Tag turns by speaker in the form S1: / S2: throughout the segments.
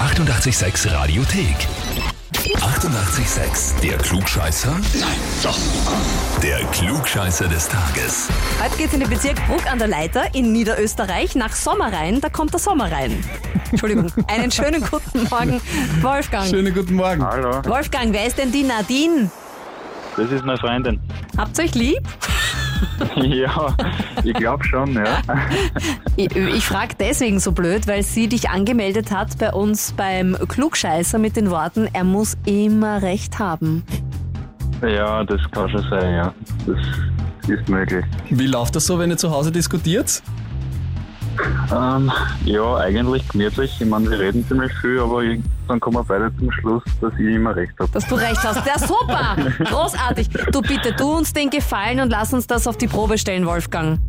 S1: 886 Radiothek. 88,6. Der Klugscheißer? Nein, doch. Der Klugscheißer des Tages.
S2: Heute geht's in den Bezirk Bruck an der Leiter in Niederösterreich nach Sommerrhein. Da kommt der Sommer rein. Entschuldigung. Einen schönen guten Morgen, Wolfgang.
S3: Schönen guten Morgen.
S4: Hallo,
S2: Wolfgang, wer ist denn die Nadine?
S4: das ist meine Freundin.
S2: Habt ihr euch lieb?
S4: ja, ich glaube schon, ja.
S2: Ich, ich frage deswegen so blöd, weil sie dich angemeldet hat bei uns beim Klugscheißer mit den Worten, er muss immer recht haben.
S4: Ja, das kann schon sein, ja. Das ist möglich.
S3: Wie läuft das so, wenn ihr zu Hause diskutiert?
S4: Ähm, ja, eigentlich gemütlich. Ich meine, wir reden ziemlich viel, aber ich, dann kommen wir beide zum Schluss, dass ich immer recht habe.
S2: Dass du recht hast. Ja, super! Großartig. Du bitte, tu uns den Gefallen und lass uns das auf die Probe stellen, Wolfgang.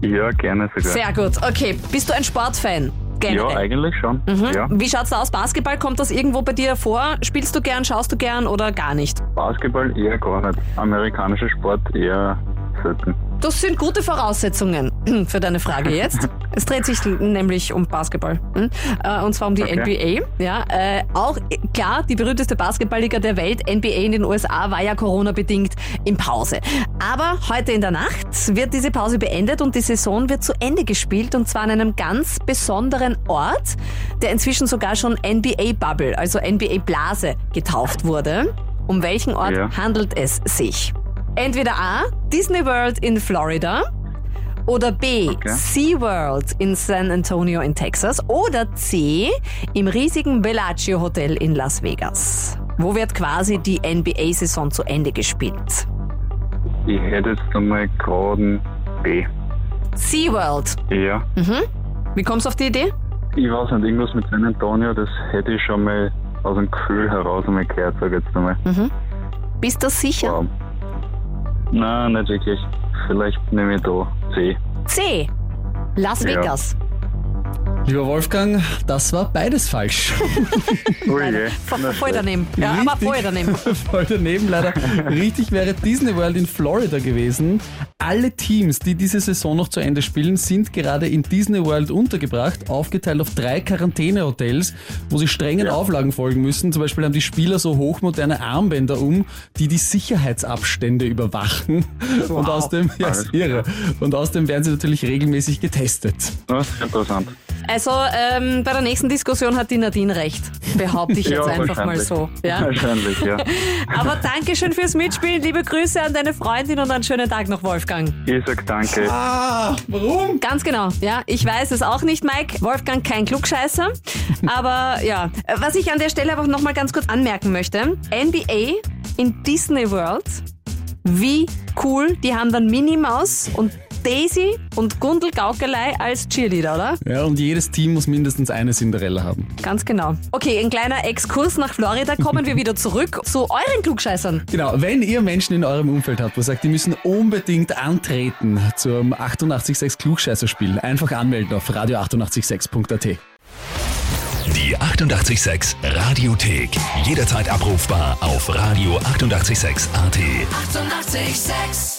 S4: Ja, gerne sogar.
S2: Sehr gut. Okay, bist du ein Sportfan?
S4: ja,
S2: Generell.
S4: eigentlich schon. Ja.
S2: Mhm. Wie schaut's da aus? Basketball kommt das irgendwo bei dir vor? Spielst du gern, schaust du gern oder gar nicht?
S4: Basketball eher gar nicht. Amerikanischer Sport eher selten.
S2: Das sind gute Voraussetzungen für deine Frage jetzt. Es dreht sich nämlich um Basketball. hm? Äh, Und zwar um die
S4: Okay.
S2: NBA. Ja, äh, auch äh, klar, die berühmteste Basketballliga der Welt, NBA in den USA, war ja Corona-bedingt in Pause. Aber heute in der Nacht wird diese Pause beendet und die Saison wird zu Ende gespielt und zwar an einem ganz besonderen Ort, der inzwischen sogar schon NBA-Bubble, also NBA-Blase, getauft wurde. Um welchen Ort
S4: Ja.
S2: handelt es sich? Entweder A, Disney World in Florida oder B,
S4: Okay.
S2: SeaWorld in San Antonio in Texas oder C, im riesigen Bellagio Hotel in Las Vegas. Wo wird quasi die NBA-Saison zu Ende gespielt?
S4: Ich hätte jetzt einmal geraden B.
S2: SeaWorld.
S4: Ja.
S2: Wie kommst du auf die Idee?
S4: Ich weiß nicht, irgendwas mit San Antonio, das hätte ich schon mal aus dem Gefühl heraus einmal gehört, sag ich jetzt einmal.
S2: Bist du sicher?
S4: Wow. Nein, nicht wirklich. Vielleicht nehme ich da C.
S2: C, Las
S4: Ja.
S2: Vegas.
S3: Lieber Wolfgang, das war beides falsch.
S4: Oh je.
S2: Voll,
S4: Na
S2: voll
S4: schlecht.
S2: daneben. Ja,
S3: Richtig.
S2: aber voll daneben.
S3: Voll daneben leider. Richtig wäre Disney World in Florida gewesen. Alle Teams, die diese Saison noch zu Ende spielen, sind gerade in Disney World untergebracht, aufgeteilt auf drei Quarantänehotels, wo sie strengen
S4: Ja.
S3: Auflagen folgen müssen. Zum Beispiel haben die Spieler so hochmoderne Armbänder um, die die Sicherheitsabstände überwachen. Und aus dem, ja,
S4: Alles
S3: ist irre. Und aus dem werden sie natürlich regelmäßig getestet.
S4: Na, sehr interessant.
S2: Also ähm, bei der nächsten Diskussion hat die Nadine recht. Behaupte ich jetzt einfach mal
S4: wahrscheinlich.
S2: so. Ja?
S4: Wahrscheinlich, ja.
S2: Aber Dankeschön fürs Mitspielen. Liebe Grüße an deine Freundin und einen schönen Tag noch, Wolfgang.
S4: Ich sag danke.
S3: Ah, warum?
S2: Ganz genau, ja. Ich weiß es auch nicht, Mike. Wolfgang kein Klugscheißer. Aber ja, was ich an der Stelle aber nochmal ganz kurz anmerken möchte. NBA in Disney World. Wie cool. Die haben dann Minnie Maus und Daisy und Gundel Gaukelei als Cheerleader, oder?
S3: Ja, und jedes Team muss mindestens eine Cinderella haben.
S2: Ganz genau. Okay, ein kleiner Exkurs nach Florida. Kommen wir wieder zurück zu euren Klugscheißern.
S3: Genau, wenn ihr Menschen in eurem Umfeld habt, wo ihr sagt, die müssen unbedingt antreten zum 886 Klugscheißerspiel, einfach anmelden auf radio886.at.
S1: Die 88,6 Radiothek. Jederzeit abrufbar auf radio886.at. 88,6.
S5: Eighty-eight, sex.